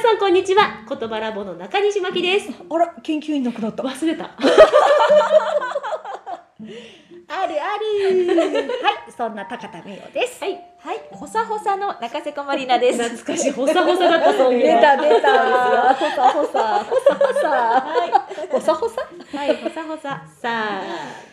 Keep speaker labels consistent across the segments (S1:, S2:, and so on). S1: さんこんにちは言葉ラボの中西真希です
S2: あら研究員のくだった
S1: 忘れたあるある
S2: はいそんな高田美代です
S1: はい
S3: はい、ほさほさの中瀬こまりなです。
S1: 懐かしいほさほさだったそういえば
S2: 出 たほさほさほさほさほさほさ
S1: はい、ほさほさ。さあ、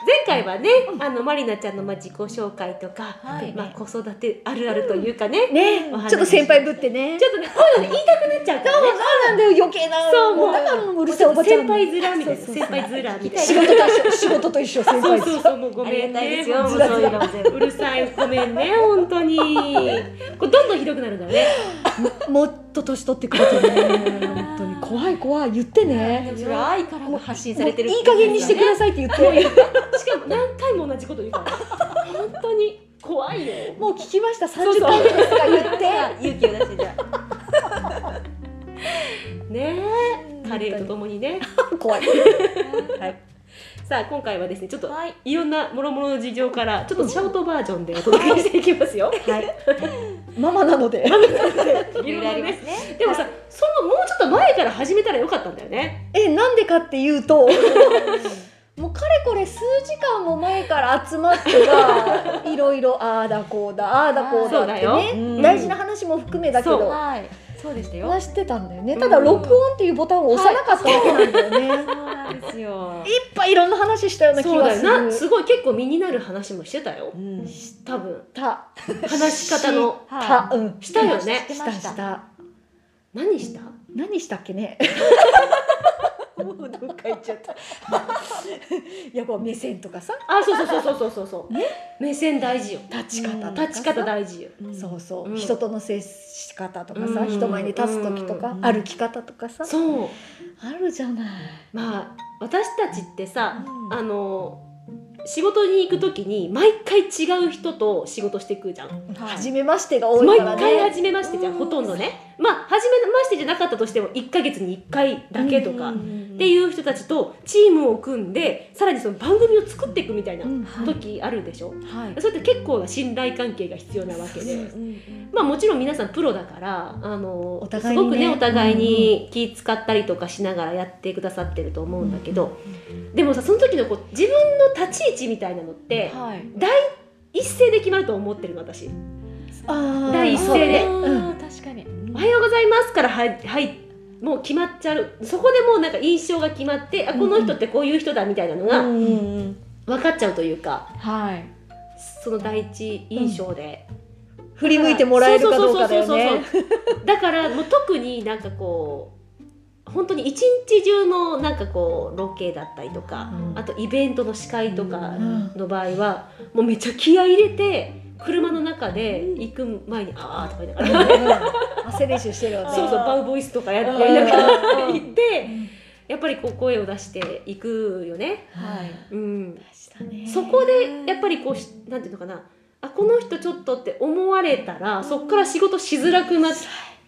S1: 前回はね、あのまりなちゃんのまあ自己紹介とか、
S3: はい
S1: まあ子育てあるあるというかね。
S2: ね
S1: お話し
S2: ちょっと先輩ぶってね
S1: ちょっとね、こういうのね言いたくなっちゃうからね。
S2: そうなんだよ余計な
S1: そうもう
S2: だからもううる
S1: ち
S2: せえ
S1: ょっ
S2: お
S1: と
S2: ばちゃ
S1: 先
S2: ん
S1: 輩ずらみたいな、
S2: そうそう
S1: 先輩ずらみたい
S2: 仕
S1: な。
S2: 事と一緒仕事と一緒先
S1: そう
S2: 輩
S1: そうそう、もうごめん
S3: ありがたいで
S1: ね。
S3: すよ
S1: もうそういうのも全部うるさい、ごめんね、本当に。これどんどんひどくなるんだよね。
S2: もっと年取ってくれてね本当に怖い怖い言ってね
S3: それは愛からも発信さ
S2: もう
S3: れ
S2: い
S3: てる。
S2: い加減にしてくださいって言って
S1: しかも何回も同じこと言うから。本当に怖いよ。
S2: もう聞きました
S1: う
S2: 30
S1: そう
S2: 回目ですか言って
S3: さあ勇気を出してじゃあ。
S1: ねえ、カレーとともにね。
S2: 怖い
S1: さあ、今回はですね、ちょっと
S3: はい。
S1: いろんなもろもろの事情からちょっとシャートバージョンでお届けしていきます よ。
S2: ママなので
S1: いろいろ
S3: ありま
S1: ね。
S3: すね。
S1: でもさ、そのもうちょっと前から始めたらよかったんだよね。
S2: えなんでかっていうともうかれこれ数時間も前から集まって はいろいろああだこうだああだこうだって
S1: そうだ
S2: ね、
S3: うん
S2: 大事な話も含めだけ
S1: そう
S2: ど
S3: はい。そうでしたよ。
S2: 話してたんだよね
S1: うん
S2: ただ録音っていうボタンを押さなかったわけなんだよね、い、っ
S3: そうなんですよ。
S2: ぱいいろんな話したような気
S1: そう
S2: が
S1: だ
S2: す
S1: よな。
S2: る
S1: すごい結構身になる話もしてたよ
S3: う。ん
S1: 多分
S2: た
S1: 話し方の
S2: た
S3: は
S2: うん
S1: したよね
S3: い。し
S2: してた
S3: まし。
S2: したた
S1: 何した？
S2: 何したっ けねもうどっか行っちゃった いやこう目線とかさ
S1: あ、そうそうそうそうそうそうそう。目線大事よ。
S2: 立ち方とかさ
S1: 立ち方大事よ。
S2: そうそう、
S1: うん
S2: 人との接し方とかさ、
S1: うん
S2: 人前に立つ時とか、
S3: うん
S2: 歩き方とかさ、
S1: そう。
S2: あるじゃない。
S1: まあ私たちってさ、
S3: うん
S1: あの仕事に行くときに毎回違う人と仕事していくじゃん。
S3: はい
S2: 初めましてが多い
S1: 毎
S2: から
S1: 回
S2: ね。
S1: 初めましてじゃん、
S2: うん
S1: ほとんどねまあ初めましてじゃなかったとしても1か月に1回だけとか、
S2: うん
S1: っていう人たちとチームを組んでさらにその番組を作っていくみたいな
S2: うん
S1: 時あるでしょ、
S3: はい。
S1: それって結構な信頼関係が必要なわけで、まあもちろん皆さんプロだからあの
S2: お互
S1: す
S2: い
S1: ご
S2: にね
S1: くねお互いに気使ったりとかしながらやってくださってると思うんだけど、でもさその時のこう自分の立ち位置みたいなのって
S3: はい。
S1: 一斉で決まると思ってるの私。
S2: あー
S1: 第一声
S2: そう
S1: で
S2: ねうん
S3: あー確かに。
S1: 「おはようございます」からはい、はい、もう決まっちゃうそこでもうなんか印象が決まってあこの人ってこういう人だみたいなのが
S3: うん。
S1: 分かっちゃうというか
S3: はい。
S1: その第一印象で、
S2: 振り向いてもらえるかどうかだよね。
S1: そうそうそうそうそうだからもう特になんかこう本当に一日中のなんかこうロケだったりとかあとイベントの司会とか
S2: うん
S1: の場合はもうめっちゃ気合い入れて車の中で行く前に「ああ」とか言いながら。
S2: うん 汗練習してるよね。
S1: そうそうバウボイスとかや
S2: うん
S1: やりながら
S2: うん
S1: 行ってやっぱりこう声を出していくよね、
S3: はい。
S1: うん、
S2: ね
S1: そこでやっぱりこうしなんていうのかなあこの人ちょっとって思われたらそこから仕事しづらくなっ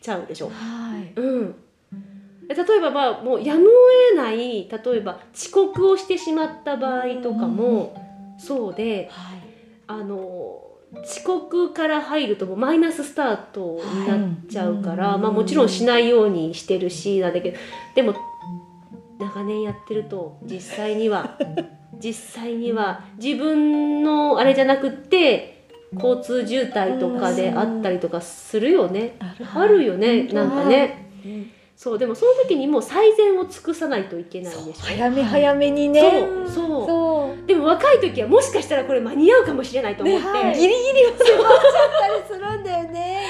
S1: ちゃうでしょ、
S3: はい。
S1: うん、例えばまあもうやむを得ない例えば遅刻をしてしまった場合とかもそうで
S3: はい。
S1: あの遅刻から入るともうマイナススタートになっちゃうから、まあ、もちろんしないようにしてるしなんだけどでも長年やってると実際には実際には自分のあれじゃなくって交通渋滞とかであったりとかするよね、
S2: ある
S1: あるよねなんかね、
S3: うん
S1: そうでもその時にもう最善を尽くさないといけないんでしょ
S2: 早め早めにね。
S1: そうそう
S2: そう。
S1: でも若い時はもしかしたらこれ間に合うかもしれないと思って、
S3: ねはい
S2: ギリギリを迫っちゃったりするんだよね。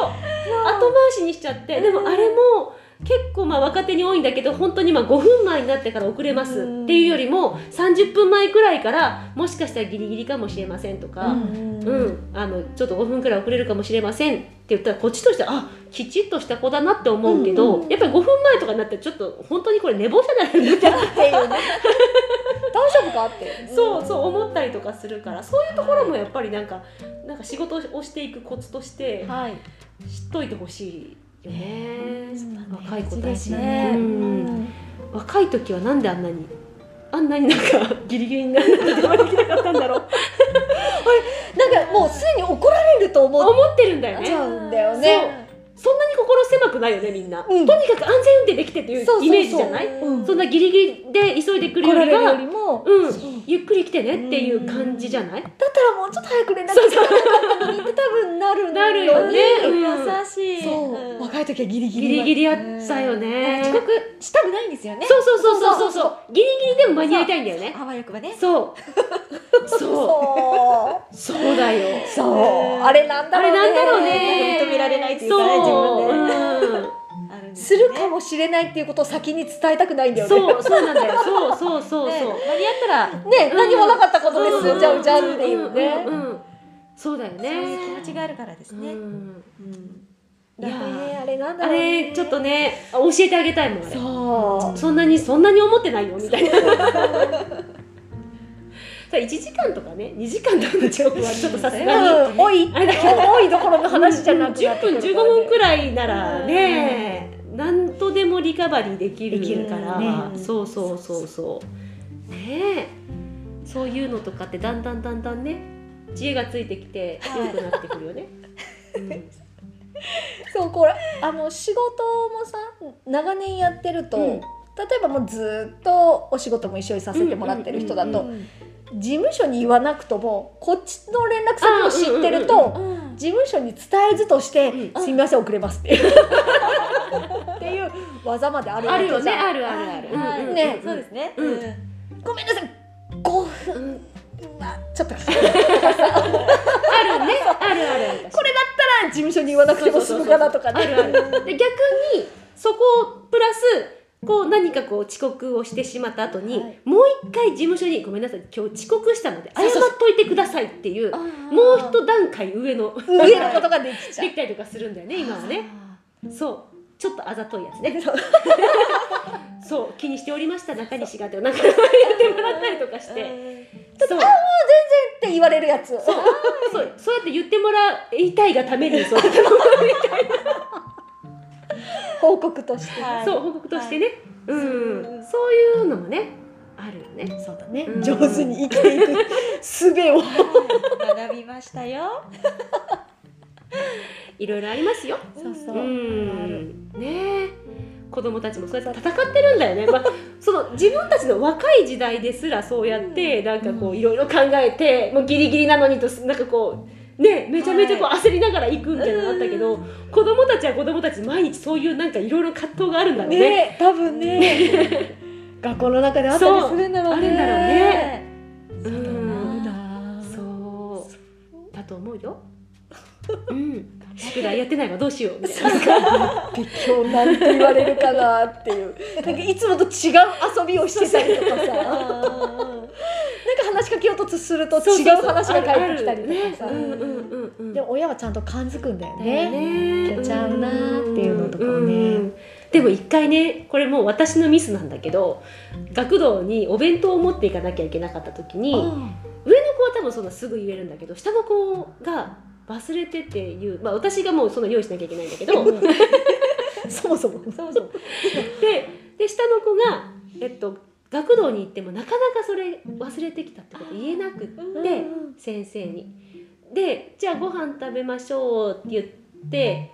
S1: そう後回しにしちゃってでもあれも結構まあ若手に多いんだけど本当にまあ5分前になってから遅れます
S3: うん
S1: っていうよりも30分前くらいからもしかしたらギリギリかもしれませんとか、うん あのちょっと5分くらい遅れるかもしれませんって言ったらこっちとしてはあきちっとした子だなって思うけど、やっぱり5分前とかになってちょっと本当にこれ寝坊じゃないみたいな
S2: っていうね。大丈夫かっ て。
S1: そうそう思ったりとかするからそういうところもやっぱりなんかなんか仕事をしていくコツとして
S3: はい。
S1: 知っといてほしいよね。若い子
S3: で
S1: 大
S3: す
S1: 事だ
S3: ね
S1: ね。う。ん若い時はなんであんなにあんなになんかギリギリにならなかできなかったんだろう
S2: なんかもうすでに怒られると思っ
S1: 思ってるんだよね
S2: ちゃうんだよ
S1: そう
S2: ね。
S1: そんなに心高くないよねみんな、
S2: うん
S1: とにかく安全運転できてっていう
S2: そうそうそう
S1: イメージじゃないそ
S2: うん
S1: んなギリギリで急いでくる
S2: 来
S1: よ
S2: ら
S1: り
S2: れるよ
S1: は
S2: りも、
S1: うん
S2: そう
S1: ゆっくり来てねっていう感じじゃない、
S2: だったらもうちょっと早く連絡してもらったのにって多分なる
S1: なる
S2: の
S1: よ
S2: に
S1: ね、うん
S3: 優しい。
S2: そう、
S3: うん
S2: 若い時はギリギ
S1: ギ
S2: リ
S1: リギリやったよ
S3: うん
S1: ね
S3: 遅刻したくないんですよね。
S1: そうそうそうそうそう
S2: そう
S1: ギリギリでも間に合いたいんだよね
S3: あわよくばね。
S1: そうそう
S2: そう
S1: そうだよ
S2: そうあれなんだ
S1: あ
S2: ろ
S1: れ
S2: うね
S1: なんだろうね
S3: 認められないっていうかね
S1: そう、
S3: 自
S1: うん
S3: あんです
S2: す
S3: よ
S2: る
S3: ね
S2: かもしれないっていうことを先に伝えたくないんだよね
S1: そうそうなんだよそうそうそう
S3: ね
S1: そう、
S3: 間に合ったら。
S2: ね
S1: うん
S2: 何もなかったことで
S1: そう
S2: 済んじゃうじゃんっていうね
S1: んんんそうだよ
S3: そういう気
S1: ね
S3: 持ちがあるからですね。
S1: うん
S3: うん
S1: いや
S2: ね
S1: ー
S2: あれなんだ
S1: あ
S2: ろうね
S1: れちょっとねあ教えてあげたいもんあれ
S2: そ
S1: そんなにそんなに思ってないよみたいな。さ1時間とかね2時間とかの遅刻はちょっとさす
S2: う、
S1: がに
S2: うん、おい
S1: あれだけど
S2: おいどころの話じゃなくなっ
S1: 10
S2: てく
S1: 分
S2: る
S1: 15分くらいならね、なんとでもリカバリーでき
S2: できる
S1: るから
S3: ね
S1: そうそうそうそうねえそういうのとかってだんだんだんだんね知恵がついてきて良くなってくるよ ね。うん
S2: そうこれあの仕事もさ長年やってると、
S1: うん
S2: 例えばもうずっとお仕事も一緒にさせてもらってる人だ
S1: そ
S2: と
S1: う
S2: 事務所に言わなくともこっちの連絡先を知ってる
S1: あうん
S2: と
S3: うん
S2: 事務所に伝えずとして「
S1: うん
S2: すみません遅れます」っていうっていう技まである
S1: あるよね
S2: ん
S1: あるあるある。
S3: はい
S1: うんうん
S2: ね
S3: そうですね。
S1: うん
S3: ん
S2: ごめんなさい5分
S1: うん
S2: はちょっとこ
S1: あるねあるあるある。
S2: れだったら事務所に言わなくても済むかなとか
S1: あ
S2: ね
S1: るあるで逆にそこをプラスこう何かこう遅刻をしてしまった後に、
S2: はい
S1: もう一回事務所に「ごめんなさい今日遅刻したので謝っといてください」っていうもう一段階上の
S2: 上のことができちゃ
S1: できたりとかするんだよね今はね。そうちょっとあざといやつね
S2: う。
S1: そう気にしておりました中西がってなんか言ってもらったりとかして
S3: で
S1: そう
S2: って言われるやつ。
S1: そうそうそうやって言ってもらいたいがためにそうやって
S2: 報告として。
S3: はい
S1: そう報告としてね、うん
S3: そ
S1: そ
S3: う
S1: ういうのもねあるよね
S2: そうだね
S1: うん
S2: 上手に生きていく術を。
S3: 学びましたよ。
S1: いろいろありますよ。、
S2: そうそううん
S1: ねえ子供たちもそうやって戦ってるんだよね。まあ、 その自分たちの若い時代ですらそうやって、なんかこういろいろ考えて、もうギリギリなのにとなんかこうねめちゃめちゃこう焦りながら行くみたいなのあったけど、子供たちは子供たち毎日そういうなんかいろいろ葛藤があるんだ ろうね。
S2: ね、多分ね。学校の中であったりするんだろう
S1: そう
S2: ね。
S1: あるんだろうね。う
S2: うん
S1: ん、
S2: だ。
S1: そうだと思うよ。うん、宿題やってないわどうしようみたいな。
S2: 今日なんて言われるかなっていう。なんかいつもと違う遊びをしてたりとかさ。なんか話しかけようとすると違う話が返ってきたりとか
S1: あ
S2: さ
S1: る。あるねうんうんうんうん
S2: でも親はちゃんと感づくんだよ
S1: ね
S2: ね。
S1: ね
S2: ちゃうなーっていうのとかね
S1: んでも一回ねこれもう私のミスなんだけど学童にお弁当を持っていかなきゃいけなかった時に上の子は多分そんなすぐ言えるんだけど下の子が忘れてて言う、まあ、私がもうその用意しなきゃいけないんだけどで
S2: そもそも。
S3: そうそう。
S1: で下の子が、えっと、学童に行ってもなかなかそれ忘れてきたってこと言えなくって。
S3: で、
S1: 先生に。でじゃあご飯食べましょうって言って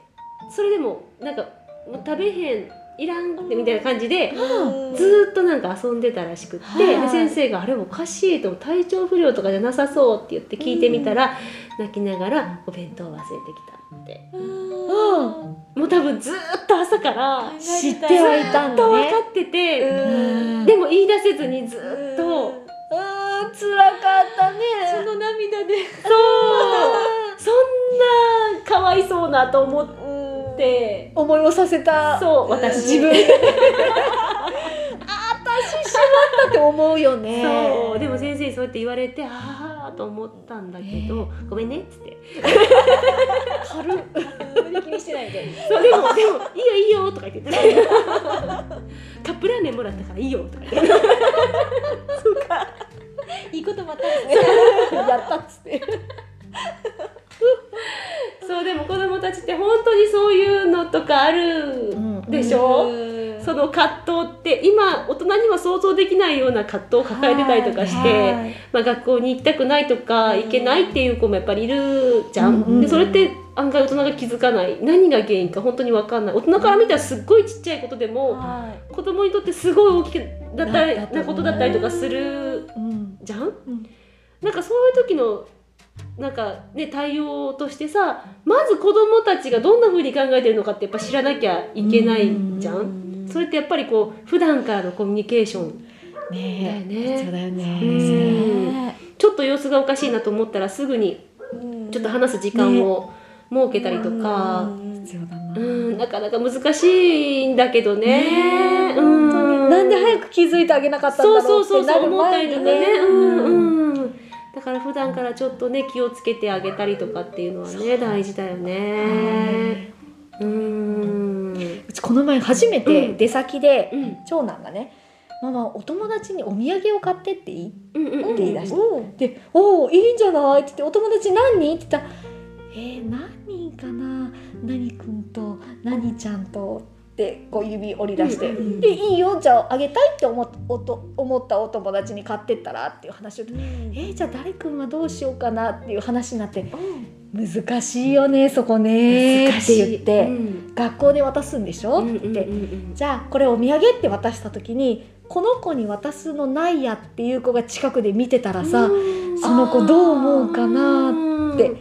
S1: それでもなんかもう食べへんいらんってみたいな感じで。ず
S3: ず
S1: ーっとなんか遊んでたらしくって、
S3: はい
S1: で先生があれおかしいと体調不良とかじゃなさそうって言って聞いてみたら、泣きながらお弁当忘れてきたって
S3: うん
S1: もう多分ずーっと朝から
S3: 考え
S1: ず
S2: 知ってはいたん
S1: っと
S2: だ
S1: 分
S2: ね
S1: か。ってて、
S3: うん
S1: でも言い出せずにずーっと、
S3: うん
S2: うーん、辛かったね。
S3: その涙で。
S1: そうそんなかわいそうなと思っ
S3: うん
S1: て
S2: 思いをさせた。
S1: そう
S3: うん
S1: 私
S2: 自分。あ、私しまったって思うよね。
S1: そうでも先生にそうやって言われてああと思ったんだけど、ごめんねっつって
S2: 軽っ。
S3: あんまり気にしてないで。
S1: そうでもでも「いいよいいよ」とか言ってて「カップラーメンもらったからいいよ」とか言って
S3: いいこともあったんですね。
S2: やったっつって。
S1: そうでも子供たちって本当にそういうのとかあるでしょ、
S3: うん
S1: その葛藤って今大人には想像できないような葛藤を抱えてたりとかして、
S3: はい
S1: まあ、学校に行きたくないとか
S3: うん
S1: 行けないっていう子もやっぱりいるじゃん、
S2: うんうん
S1: でそれって案外大人が気づかない何が原因か本当に分かんない大人から見たらすっごいちっちゃいことでも
S2: は
S1: 子供にとってすごい大きくだったり
S2: だったと思う
S1: なことだったりとかする
S2: い、うん
S1: じゃん、
S2: ん
S1: なんかそういう時のなんかね対応としてさまず子供たちがどんな風に考えてるのかってやっぱ知らなきゃいけないじゃん、
S2: うん
S1: それってやっぱりこう普段からのコミュニケーション
S2: ね
S1: だよね
S2: えそうだよね
S1: うですねちょっと様子がおかしいなと思ったらすぐにちょっと話す時間を設けたりとか、
S2: 必要だな、
S1: うん、なかなか難しいんだけどね。
S2: え
S1: うん、
S2: 本当になんで早く気づいてあげなかったんだ
S1: そうそ
S2: ろ
S1: う
S2: う
S1: そう
S2: ってな
S1: そう
S2: る
S1: 思ったりと
S2: 前
S1: か
S2: に
S1: ね
S2: ね。
S1: うんうん。だから普段からちょっとね気をつけてあげたりとかっていうのはね大事だよね。うん。
S2: うちこの前初め
S1: う
S2: て
S1: ん
S2: 出先で、
S1: うん
S2: 長男がね「ママお友達にお土産を買ってっていい?」
S1: うんうんうん
S2: って言い出して「でおおいいんじゃない?」って言って「お友達何人?」って言ったら「えー、何人かな何くんと何ちゃんと」ってこう指折り出して「
S1: うんうん
S2: でいいよじゃああげたい」って思っおと思ったお友達に買ってったらっていう話をしてえー、じゃあ誰くんはどうしようかなっていう話になって「難しいよねそこね」って言って、
S1: うん
S2: 学校で渡すんでしょ?」
S1: う
S2: っ
S1: ん
S2: て
S1: うん
S2: 言っ
S1: う
S2: て。
S1: ん
S2: じゃあこれお土産って渡した時にこの子に渡すのないやっていう子が近くで見てたらさ、
S1: うん
S2: その子どう思うかなって
S1: うん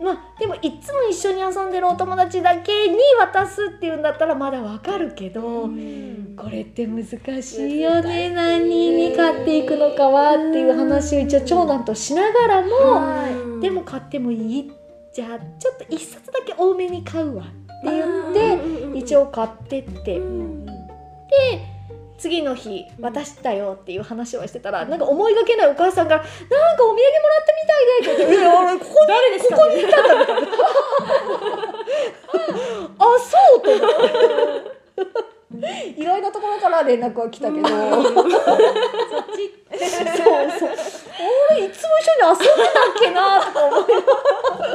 S2: まあでもいつも一緒に遊んでるお友達だけに渡すっていうんだったらまだわかるけど、これって難しいよね何人に買っていくのかはっていう話を一応長男としながらも、
S1: うん
S2: でも買ってもいいじゃあちょっと一冊だけ多めに買うわって言って。
S1: うん
S2: 一応買ってって、
S1: ん
S2: で次の日渡したよっていう話をしてたらなんか思いがけないお母さんから「なんかお土産もらったみたいで」って言って「いや俺ここに
S1: 誰です
S2: こ
S1: か
S2: こにいたんだ」みたいな「 あそう」と思って意外なところから連絡が来たけど、 そうそう俺いつも一緒に遊んでたっけなとか思いながらまあ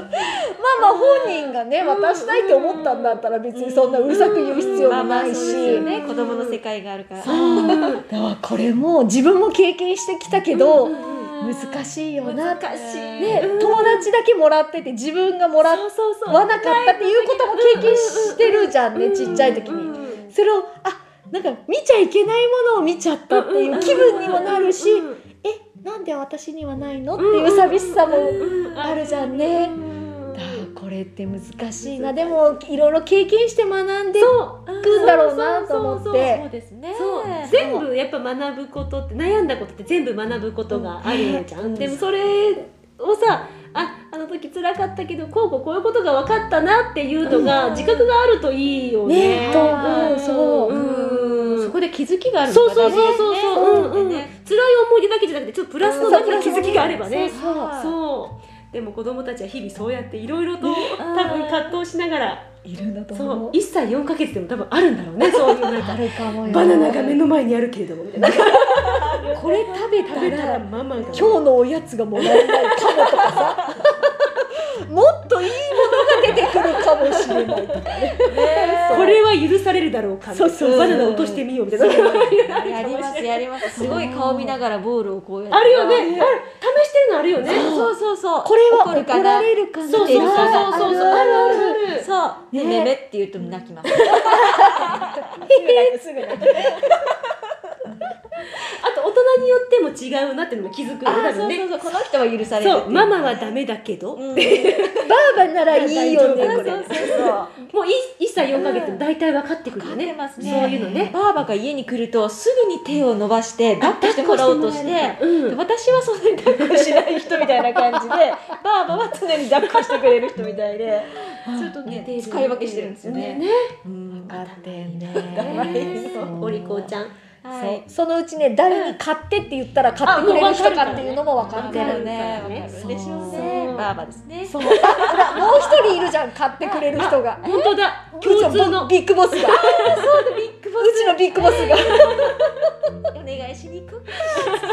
S2: まあ本人がね渡したいって思ったんだったら別にそんなうるさく言う必要
S3: まあ
S2: も
S3: ま
S2: な
S3: あそう
S2: い
S3: です
S2: し
S3: よ。ね子供の世界があるから
S2: そうだからこれも自分も経験してきたけど難
S3: い
S2: しいよなって
S3: 難しい
S2: ね友達だけもらってて自分がもら
S1: そうそうそう
S2: わなかったっていうことも経験してるじゃんねちっちゃい時に。
S1: に
S2: それをあなんか見ちゃいけないものを見ちゃったっていう気分にもなるし
S1: うん
S2: えなんで私にはないのっていう寂しさも
S1: うん
S2: あるじゃんね。だからこれって難しいなでもいろいろ経験して学んで
S1: そう
S2: いくんだろうなと思って。
S3: そうですね
S1: そう全部やっぱ学ぶことって悩んだことって全部学ぶことがあるじゃん、
S2: うん
S1: でもそれをさああの時辛かったけどこうこうこういうことが分かったなっていうのが自覚があるといいよね。
S2: ねと思うそうう、
S1: ん
S3: そこで気づきがある
S1: そうそうそうそうそう、うんうん、辛い
S3: ね
S1: 思い出だけじゃなくてちょっとプラスの何か気づきがあればね
S2: そうそう
S1: そうでも子供たちは日々そうやっていろいろと多
S3: うん
S1: 分葛藤しながら
S2: いるんだと
S1: そ
S2: 思
S1: う
S2: う。
S1: 1歳4ヶ月でも多分あるんだろうねそういうなん
S2: あ
S1: か
S2: るかもよ。
S1: バナナが目の前にあるけれど もみたいな
S2: これ食べた
S1: 食べたら
S2: ら
S1: ママが
S2: 今日のおやつがもらえないかもとかさ。もっといいものが出てくるかもしれないとかね。
S1: これは許されるだろうかみたいな
S2: そうそう
S1: バナナ落としてみようみたいな
S3: やりますやりますすごい顔見ながらボールをこうやって
S1: あるよねある試してるのあるよね
S3: そうそうそう
S2: これは
S3: 怒
S2: 怒
S3: るから
S2: れるかな。
S1: そうそうそうそうそうそうあるあるある
S3: そうで
S2: ね
S3: めめって言うと泣きます
S2: る。すぐ泣く
S1: あと大人によっても違うなってのも気づくよね多分ね
S3: そうこの人は許される
S1: そうママはダメだけどもう
S3: うんそ
S2: ばあばならいいよね。
S1: 大丈夫
S2: こ
S3: う
S2: れ
S3: そうそう
S1: 1歳4ヶ月で大体分かってくるよ
S3: 分か
S1: ね
S3: ってますね
S1: そういうのね
S3: ばあばが家に来るとすぐに手を伸ばして抱っこしてもらおうとして
S1: うん
S3: 私はそんなに抱っこしない人みたいな感 じでばあばは常に抱っこしてくれる人みたいでちょっとね使い分けしてるんですよねうん
S2: あってん
S3: わいい
S2: ね。
S1: お利口ちゃん
S3: はい
S2: そのうちね誰に買ってって言ったら買ってくれる人かっていうのもわか
S3: わ
S2: るか
S3: からるね
S1: わかる
S3: わかるでしょう
S1: そ
S3: ね
S1: う
S3: ばあばですね
S2: そうあほらもう一人いるじゃん買ってくれる人が
S1: 本当だ共通の
S2: ビッグボスが
S3: ビッグボ
S2: うちのビッグボスが
S3: スお願いしに行く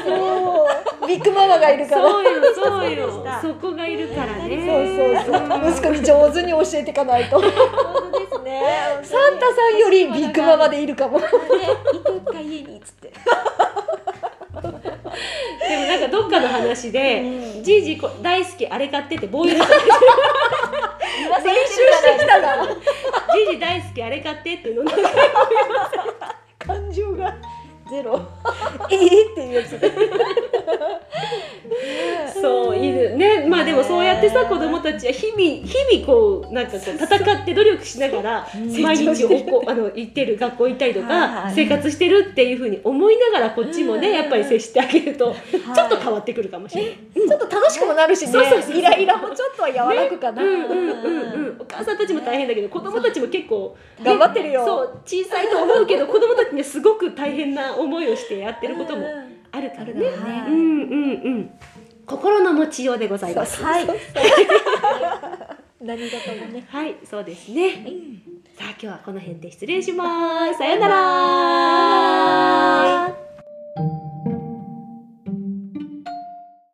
S2: そうビッグママがいるから
S1: そうよそう
S3: そう
S1: よ
S3: でした
S1: そこがいるから
S2: そう
S1: ね
S2: そうそう息子に上手に教えていかないとサン
S3: 本当ですねサン
S2: タさんよりビッグママでいるかも
S3: 行くか家にっつって
S1: でもなんかどっかの話でじいじこ大好きあれ買ってってボーイル
S3: 言わされてるじゃないですか
S1: ジジ大好きあれ買ってっていうの
S3: 感情がゼロ
S2: えーっていうやつで
S1: そういるねまあでもそうやってさ子供たちは日々日々こうなんかこう戦って努力しながら
S3: ん
S1: 毎日おこあの行ってる学校行ったりと
S3: はいは
S1: か
S3: い
S1: 生活してるっていうふうに思いながらこっちも
S3: う
S1: ね
S3: ん
S1: やっぱり接してあげるとちょっと変わってくるかもしれない。
S2: ちょっと楽しくもなるしね
S1: そうそうそう
S2: イライラもちょっとは和らぐかな、
S1: うんうんうんうんお母さんたちも大変だけど子供たちも結構
S2: 頑張ってるよ
S1: そう小さいと思うけど子供たちにはすごく大変な思いをしてやってることもあるからね。
S3: は
S1: う
S3: い
S1: んうんうん心の持ちようでございます。
S3: はい
S2: 何事もね
S1: はい、そうですね。さあ今日はこの辺で失礼します。さようなら。